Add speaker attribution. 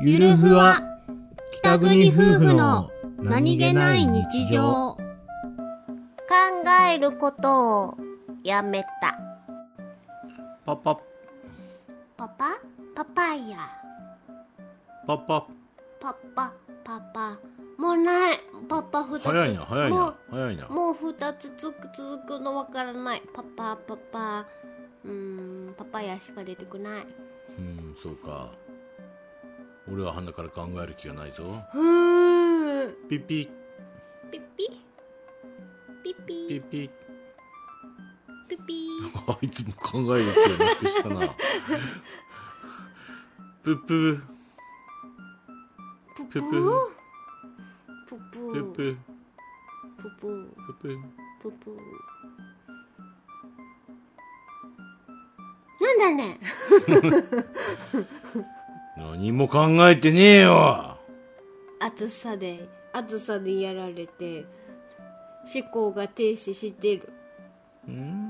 Speaker 1: ゆるふわ北国夫婦の
Speaker 2: 考えることをやめた
Speaker 1: パパ
Speaker 2: パパパパイヤ
Speaker 1: パパ
Speaker 2: パパパパもうないパパ二つ
Speaker 1: 早いな早い
Speaker 2: も
Speaker 1: な
Speaker 2: う
Speaker 1: 早いな
Speaker 2: もう二つつく続くのわからないパパパパうーんパパイヤしか出てこない
Speaker 1: うんそうか俺は鼻から考える気がないぞ
Speaker 2: ふーん
Speaker 1: ピッピ
Speaker 2: ピッピピッ
Speaker 1: ッピ
Speaker 2: ピ
Speaker 1: ッピッ
Speaker 2: ピッピ
Speaker 1: あいつも考える気がなくしたな プップ
Speaker 2: プ
Speaker 1: プ
Speaker 2: プー
Speaker 1: プ
Speaker 2: ププ
Speaker 1: プッ
Speaker 2: ー
Speaker 1: プ
Speaker 2: ププー
Speaker 1: プップ
Speaker 2: ププなんだね
Speaker 1: 何も考えてねえよ
Speaker 2: 暑さで暑さでやられて思考が停止してる
Speaker 1: うん